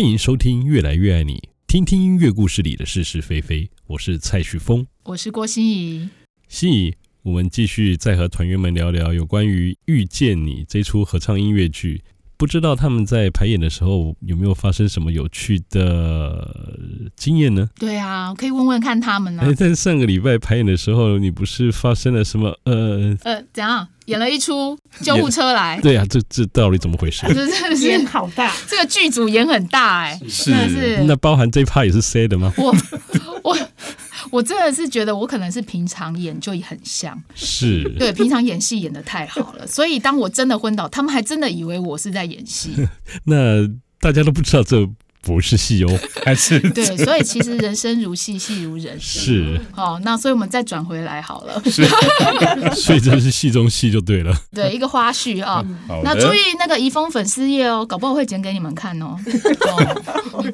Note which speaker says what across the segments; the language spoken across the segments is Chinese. Speaker 1: 迎收听《越来越爱你》，听听音乐故事里的是是非非。我是蔡旭峰，
Speaker 2: 我是郭心怡。
Speaker 1: 心怡，我们继续再和团员们聊聊有关于《遇见你》这出合唱音乐剧。不知道他们在排演的时候有没有发生什么有趣的经验呢？
Speaker 2: 对啊，可以问问看他们呢、啊
Speaker 1: 哎，在上个礼拜排演的时候，你不是发生了什么？呃，
Speaker 2: 呃，怎样？演了一出救护 车来，
Speaker 1: 对啊，这这到底怎么回 事？
Speaker 2: 这真的
Speaker 3: 烟
Speaker 2: 是
Speaker 3: 好大，
Speaker 2: 这个剧组演很大哎、
Speaker 1: 是
Speaker 2: 真的是
Speaker 1: 那包含这一趴也是 C 的吗？
Speaker 2: 我我我真的是觉得我可能是平常演就很像，
Speaker 1: 是，
Speaker 2: 对，平常演戏演的太好了， 所以当我真的昏倒，他们还真的以为我是在演戏。
Speaker 1: 那大家都不知道这不是戏哦，
Speaker 4: 还是
Speaker 2: 对，所以其实人生如戏，戏如人生。
Speaker 1: 是，
Speaker 2: 哦，那所以我们再转回来好了。
Speaker 1: 所以这是戏中戏就对了。
Speaker 2: 对，一个花絮啊、
Speaker 4: 好
Speaker 2: 那
Speaker 4: 的
Speaker 2: 注意那个怡丰粉丝页哦，搞不好会剪给你们看哦。哦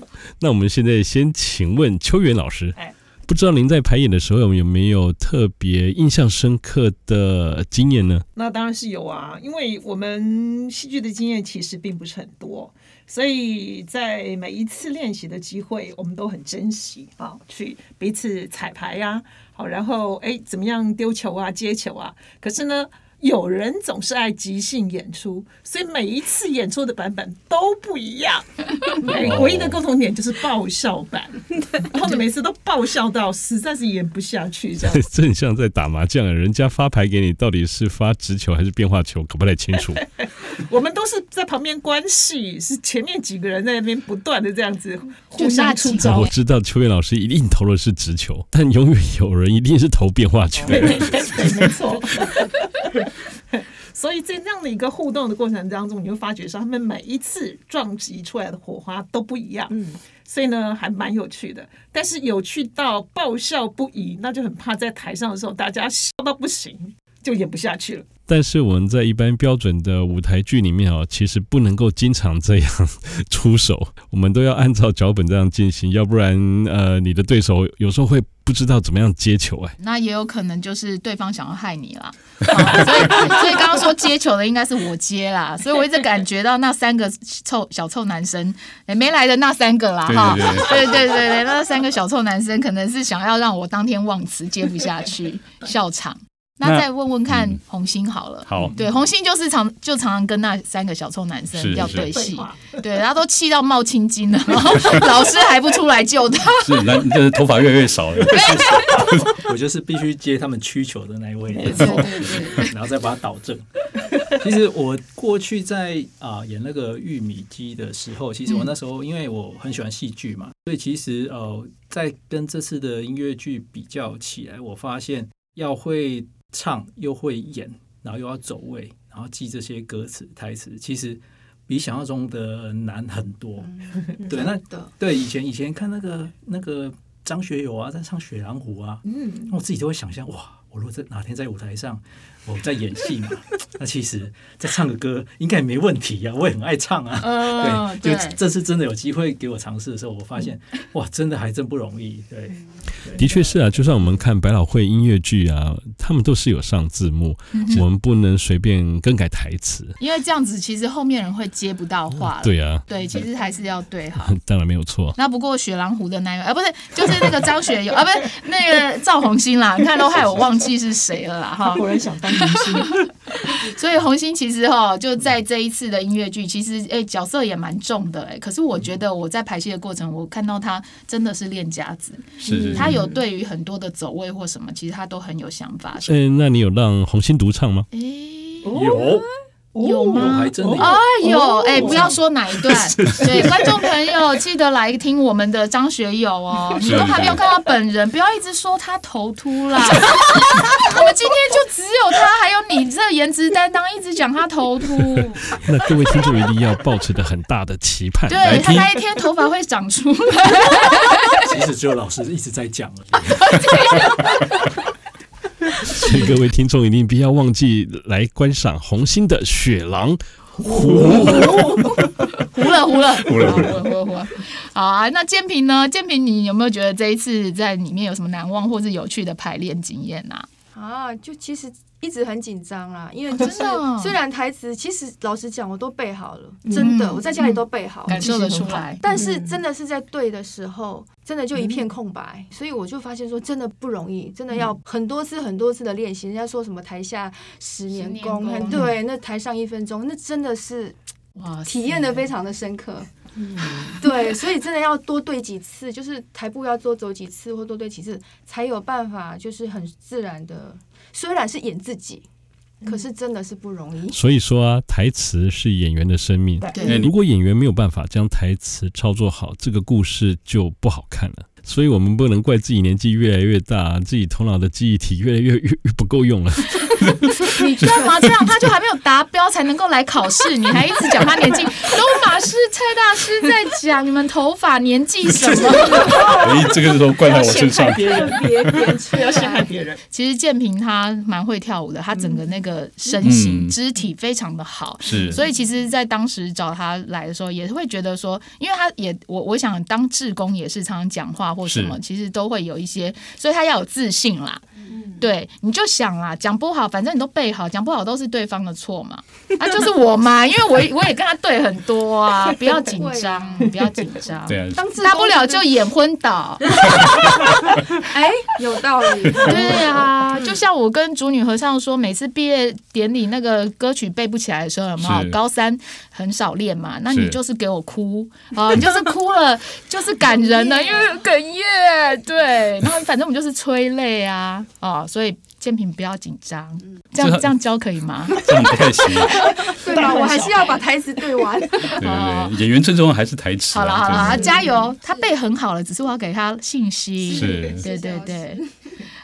Speaker 1: 那我们现在先请问秋元老师
Speaker 3: 哎，
Speaker 1: 不知道您在排演的时候有没有特别印象深刻的经验呢？
Speaker 3: 那当然是有啊，因为我们戏剧的经验其实并不是很多，所以在每一次练习的机会，我们都很珍惜啊，去彼此彩排呀、好，然后哎怎么样丢球啊、接球啊，可是呢。有人总是爱即兴演出，所以每一次演出的版本都不一样。哎，唯一的共同点就是爆笑版，然后每次都爆笑到实在是演不下去这样。
Speaker 1: 这很像在打麻将，啊人家发牌给你，到底是发直球还是变化球，搞不太清 楚。
Speaker 3: 我们都是在旁边观戏，是前面几个人在那边不断的这样子
Speaker 2: 就
Speaker 3: 互相出
Speaker 2: 那
Speaker 3: 招
Speaker 1: 我。知道秋元老师一定投的是直球，但永远有人一定是投变化球。
Speaker 3: 对对 对，没错。 所以在这样的一个互动的过程当中，你会发觉说他们每一次撞击出来的火花都不一样，嗯，所以呢还蛮有趣的。但是有趣到爆笑不已，那就很怕在台上的时候大家笑到不行，就演不下去 了。
Speaker 1: 但是我们在一般标准的舞台剧里面哦，其实不能够经常这样出手，我们都要按照脚本这样进行，要不然呃，你的对手有时候会不知道怎么样接球哎。
Speaker 2: 那也有可能就是对方想要害你啦， 哦所以所以刚刚说接球的应该是我接啦，所以我一直感觉到那三个臭小臭男生，哎没来的那三个啦
Speaker 4: 对
Speaker 2: 哈，
Speaker 4: 对
Speaker 2: 对对对对，那三个小臭男生可能是想要让我当天忘词接不下去，笑场。那
Speaker 4: 那嗯
Speaker 2: 再问问看红星好了，
Speaker 4: 好
Speaker 2: 对，红星就是常就常常跟那三个小臭男生
Speaker 4: 是
Speaker 2: 要
Speaker 4: 是
Speaker 2: 对
Speaker 3: 废
Speaker 2: 戏，
Speaker 3: 话，
Speaker 2: 对，他都气到冒青筋了，然后老师还不出来救他。
Speaker 4: 是男，就是头发越来越少了。
Speaker 5: 我就是必须接他们曲球的那一位，
Speaker 2: 对对对。
Speaker 5: 然后再把它导正。其实我过去在啊、演那个玉米鸡的时候，其实我那时候因为我很喜欢戏剧嘛，所以其实呃，在跟这次的音乐剧比较起来，我发现要会唱又会演，然后又要走位，然后记这些歌词台词，其实比想象中的难很多。对，那
Speaker 2: 的
Speaker 5: 对以前以前看那个那个张学友啊，在唱《雪狼湖》啊，
Speaker 3: 嗯，
Speaker 5: 我自己都会想象，哇，我如果在哪天在舞台上，我在演戏嘛， 那其实再唱个歌应该也没问题呀、我也很爱唱啊。
Speaker 2: 嗯，
Speaker 5: 对，就这次真的有机会给我尝试的时候，我发现，哇，真的还真不容易。对，
Speaker 1: 的确是啊，就像我们看百老汇音乐剧啊，他们都是有上字幕，
Speaker 4: 嗯
Speaker 1: 我们不能随便更改台词。
Speaker 2: 因为这样子其实后面人会接不到话了。
Speaker 1: 对啊，
Speaker 2: 对其实还是要对好。
Speaker 1: 当然没有错。
Speaker 2: 那不过雪狼湖的那个，啊，不是，就是那个张学友，啊，不是 那个赵红星啦，你看都害我忘记是谁了啦， 哈。
Speaker 3: 果然想当明星。
Speaker 2: 所以红星其实哈、就在这一次的音乐剧，其实诶、角色也蛮重的诶、可是我觉得我在排戏的过程，我看到他真的是练家子，
Speaker 4: 是是
Speaker 2: 他有对于很多的走位或什么，其实他都很有想法。
Speaker 1: 嗯，那你有让红星独唱吗？
Speaker 2: 诶、
Speaker 5: 有
Speaker 2: 有吗？
Speaker 5: 有，还真的有。
Speaker 2: 哎呦，
Speaker 3: 哦
Speaker 2: 哎、不要说哪 一段，对观众朋友记得来听我们的张学友哦，你都还没有看到本人，不要一直说他头秃 啦。我们今天就只有他，还有你这颜值担当，一直讲他头秃，
Speaker 1: 那各位听众一定要抱持着很大的期盼来
Speaker 2: 对他
Speaker 1: 听。
Speaker 2: 那一天头发会长出来。
Speaker 5: 其实只有老师一直在讲而已。
Speaker 1: 所以各位听众一定不要忘记来观赏红星的《雪狼》。
Speaker 2: 糊了糊了糊了糊了糊了糊了。 好啊，那建平呢？建平，你有没有觉得这一次在里面有什么难忘或是有趣的排练经验啊？
Speaker 6: 啊，就其实一直很紧张啦，因为
Speaker 2: 真
Speaker 6: 就
Speaker 2: 的
Speaker 6: 是、
Speaker 2: 哦
Speaker 6: 虽然台词其实老实讲我都背好了，真的
Speaker 2: 嗯
Speaker 6: 我在家里都背好了，
Speaker 2: 感受嗯得出来。
Speaker 6: 但是真的是在对的时候，真的就一
Speaker 2: 嗯
Speaker 6: 片空白，所以我就发现说，真的不容易，真的要很多次、很多次的练习。人家说什么台下十年功，
Speaker 2: 十年功嗯
Speaker 6: 对，那台上一分钟，那真的是
Speaker 2: 哇塞，
Speaker 6: 体验的非常的深刻。对，所以真的要多对几次，就是台步要多走几次或多对几次，才有办法，就是很自然的。虽然是演自己，可是真的是不容易。
Speaker 1: 所以说啊，台词是演员的生命。
Speaker 2: 对
Speaker 1: 如果演员没有办法将台词操作好，这个故事就不好看了。所以我们不能怪自己年纪越来越大，自己头脑的记忆体越来越越越不够用了。
Speaker 2: 你干嘛这样？他就还没有达标才能够来考试，你还一直讲他年纪，都马师蔡大师在讲你们头发年纪什么？
Speaker 4: 哎，这个时候怪在我身
Speaker 3: 陷
Speaker 4: 上
Speaker 3: 害，别人，
Speaker 6: 别别出
Speaker 3: 不要陷害 别人。
Speaker 2: 其实建平他蛮会跳舞的，他整个那个身形、
Speaker 4: 嗯
Speaker 2: 肢体非常的好，
Speaker 4: 是，
Speaker 2: 所以其实，在当时找他来的时候，也会觉得说，因为他也我我想当志工也是常常讲话或什么，
Speaker 4: 是
Speaker 2: 其实都会有一些，所以他要有自信啦。对，你就想啦，讲不好，反正你都背好，讲不好都是对方的错嘛， 啊，就是我嘛，因为我我也跟他对很多啊，不要紧张，不要紧张，
Speaker 4: 对啊，
Speaker 6: 当自
Speaker 2: 大不
Speaker 6: 宫
Speaker 2: 了
Speaker 6: 真
Speaker 2: 就
Speaker 6: 的
Speaker 2: 演昏倒，
Speaker 6: 哎，有道理。
Speaker 2: 对啊，就像我跟主女合唱说，每次毕业典礼那个歌曲背不起来的时候，有没有
Speaker 4: 是
Speaker 2: 高三很少练嘛？那
Speaker 4: 是
Speaker 2: 你就是给我哭啊、 你就是哭了，就是感人了，因为哽咽。对，然后反正我们就是催泪啊啊、所以建平不要紧张，这样
Speaker 4: 这
Speaker 2: 这样教可以吗？
Speaker 4: 这样不太行，
Speaker 6: 对吧？我还是要把台词对完。
Speaker 4: 对对对， 演员最重要还是台词啊。
Speaker 2: 好了好了，
Speaker 4: 真的
Speaker 2: 加油！他背很好了，只是我要给他信心。
Speaker 4: 是
Speaker 2: 对对对。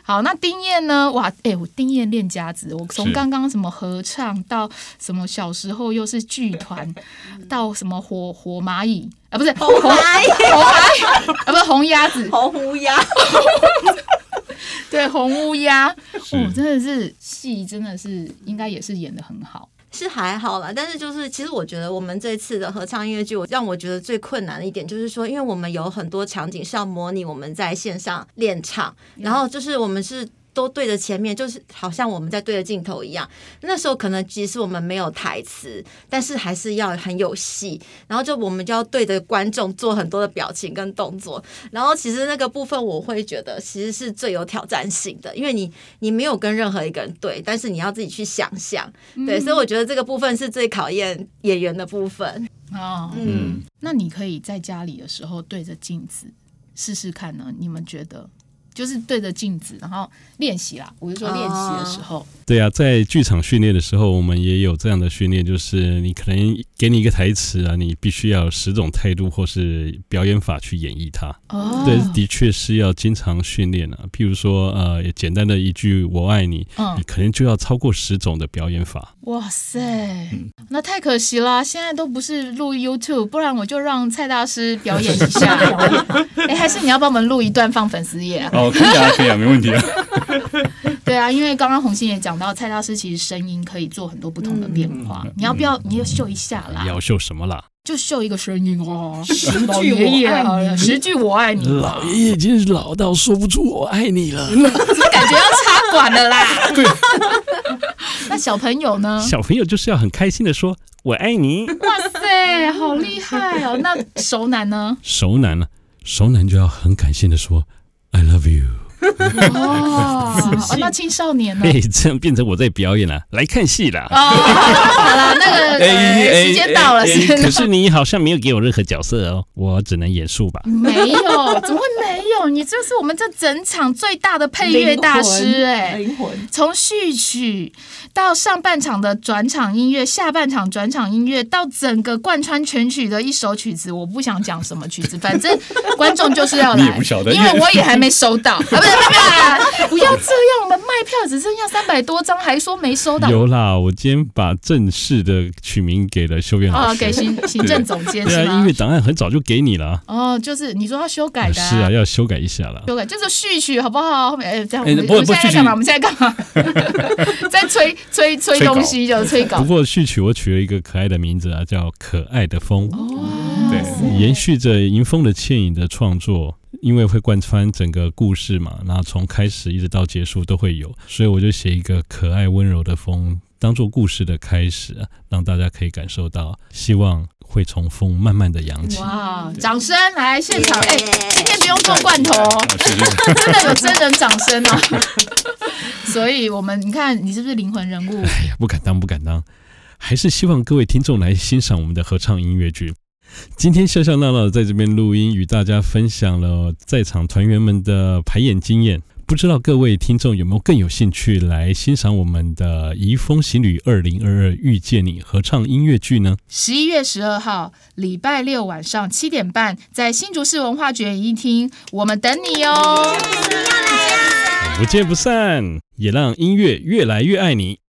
Speaker 2: 好，那丁燕呢？哇，哎、我丁燕练家子，我从
Speaker 4: 是
Speaker 2: 刚刚什么合唱到什么小时候又是剧团， 到什么火嗯火蚂蚁啊，不是红蚂 蚁，红蚂蚁啊，不是红鸭 子，
Speaker 7: 红乌鸦，
Speaker 2: 对，红乌鸦，哦，
Speaker 4: 是
Speaker 2: 真的是戏，真的是应该也是演的很好，
Speaker 7: 是还好啦，但是就是其实我觉得我们这次的合唱音乐剧，我让我觉得最困难的一点就是说，因为我们有很多场景是要模拟我们在线上练唱，然后就是我们是。都对着前面，就是好像我们在对着镜头一样。那时候可能即使我们没有台词，但是还是要很有戏。然后就我们就要对着观众做很多的表情跟动作。然后其实那个部分我会觉得其实是最有挑战性的，因为你你没有跟任何一个人对，但是你要自己去想象。对，所以我觉得这个部分是最考验演员的部分。
Speaker 2: 哦。
Speaker 7: 嗯
Speaker 4: 嗯，
Speaker 2: 那你可以在家里的时候对着镜子试试看呢？你们觉得？就是对着镜子，然后练习啦。我是说练习的时候，
Speaker 4: 哦
Speaker 1: 对啊，在剧场训练的时候，我们也有这样的训练，就是你可能给你一个台词啊，你必须要有十种态度或是表演法去演绎它。
Speaker 2: 哦
Speaker 1: 对，的确是要经常训练啊。譬如说，呃，简单的一句“我爱你”，
Speaker 2: 嗯
Speaker 1: 你可能就要超过十种的表演法。
Speaker 2: 哇塞，
Speaker 4: 嗯
Speaker 2: 那太可惜啦！现在都不是录 YouTube，不然我就让蔡大师表演一 下。哎、还是你要帮我们录一段放粉丝页啊？
Speaker 4: 哦，可以啊，可以啊，没问题啊。
Speaker 2: 对啊，因为刚刚红星也讲到，蔡大师其实声音可以做很多不同的变化。
Speaker 4: 嗯
Speaker 2: 你要不要？你要秀一下啦，
Speaker 1: 你要秀什么啦？
Speaker 2: 就秀一个声音哦。十
Speaker 3: 句
Speaker 2: 老爷爷
Speaker 3: 我爱
Speaker 2: 好了，十句我爱你吧。
Speaker 1: 爷已经老到说不出我爱你 了。
Speaker 2: 感觉要插管了啦。那小朋友呢？
Speaker 1: 小朋友就是要很开心的说“我爱 你
Speaker 2: 哇塞，好厉害哦！ 那熟男呢”。？
Speaker 1: 熟男呢、熟男就要很感性的说 “I love you”。
Speaker 2: 哦，哦那青少年呢？
Speaker 1: 嘿， 这样变成我在表演了、啊来看戏啦。
Speaker 2: 哦，好啦，那 个、
Speaker 4: 哎
Speaker 2: 呃、
Speaker 4: 哎
Speaker 2: 时间到了，
Speaker 4: 哎
Speaker 2: 时间到
Speaker 1: 可
Speaker 2: 了。
Speaker 1: 是你好像没有给我任何角色哦，我只能演术吧。
Speaker 2: 没有，怎么会没有？你这是我们这整场最大的配乐大师哎、
Speaker 3: 灵魂，
Speaker 2: 从序曲到上半场的转场音乐，下半场转场音乐，到整个贯穿全曲的一首曲子，我不想讲什么曲 子，反正观众就是要来，
Speaker 4: 你也不晓得
Speaker 2: 因为我也还没收 到啊！不是不是，不要这样，我们卖票只剩下三百多张，还说没收到。
Speaker 1: 有啊啦，我今天把正式的取名给了修远老
Speaker 2: 啊，
Speaker 1: 师。
Speaker 2: 给行行政总监是
Speaker 1: 对啊，音
Speaker 2: 吗
Speaker 1: 乐？档案很早就给你了啊。
Speaker 2: 哦，就是你说要修改的、
Speaker 1: 是啊，。要修改一下了。
Speaker 2: 修改就是序曲，好不好？后面哎，这样我
Speaker 4: 哎
Speaker 2: 们
Speaker 4: 不
Speaker 2: 我们
Speaker 4: 不
Speaker 2: 现
Speaker 4: 序
Speaker 2: 在在
Speaker 4: 曲
Speaker 2: 干嘛？我们现在干嘛？ 在催催催
Speaker 4: 催稿
Speaker 2: 东西，就催稿
Speaker 1: 不。过序曲我取了一个可爱的名字啊，叫《可爱的风》，
Speaker 2: 哇
Speaker 4: 对
Speaker 1: 延续着迎风的倩影的创作。因为会贯穿整个故事嘛，然后从开始一直到结束都会有，所以我就写一个可爱温柔的风，当做故事的开始啊，让大家可以感受到，希望会从风慢慢的扬起。
Speaker 2: 哇，掌声来现场！哎、
Speaker 7: 耶
Speaker 2: 今天不用送罐头哦，
Speaker 4: 啊是是是
Speaker 2: 真的有真人掌声哦。 所以我们你看，你是不是灵魂人物？
Speaker 1: 哎呀，不敢当，不敢当，还是希望各位听众来欣赏我们的合唱音乐剧。今天笑笑闹闹在这边录音，与大家分享了在场团员们的排演经验。不知道各位听众有没有更有兴趣来欣赏我们的《移风行旅二零二二遇见你》合唱音乐剧呢？
Speaker 2: 十一月十二号礼拜六晚上七点半，在新竹市文化局演艺厅，我们等你哦。
Speaker 1: 不见不散，也让音乐越来越爱你。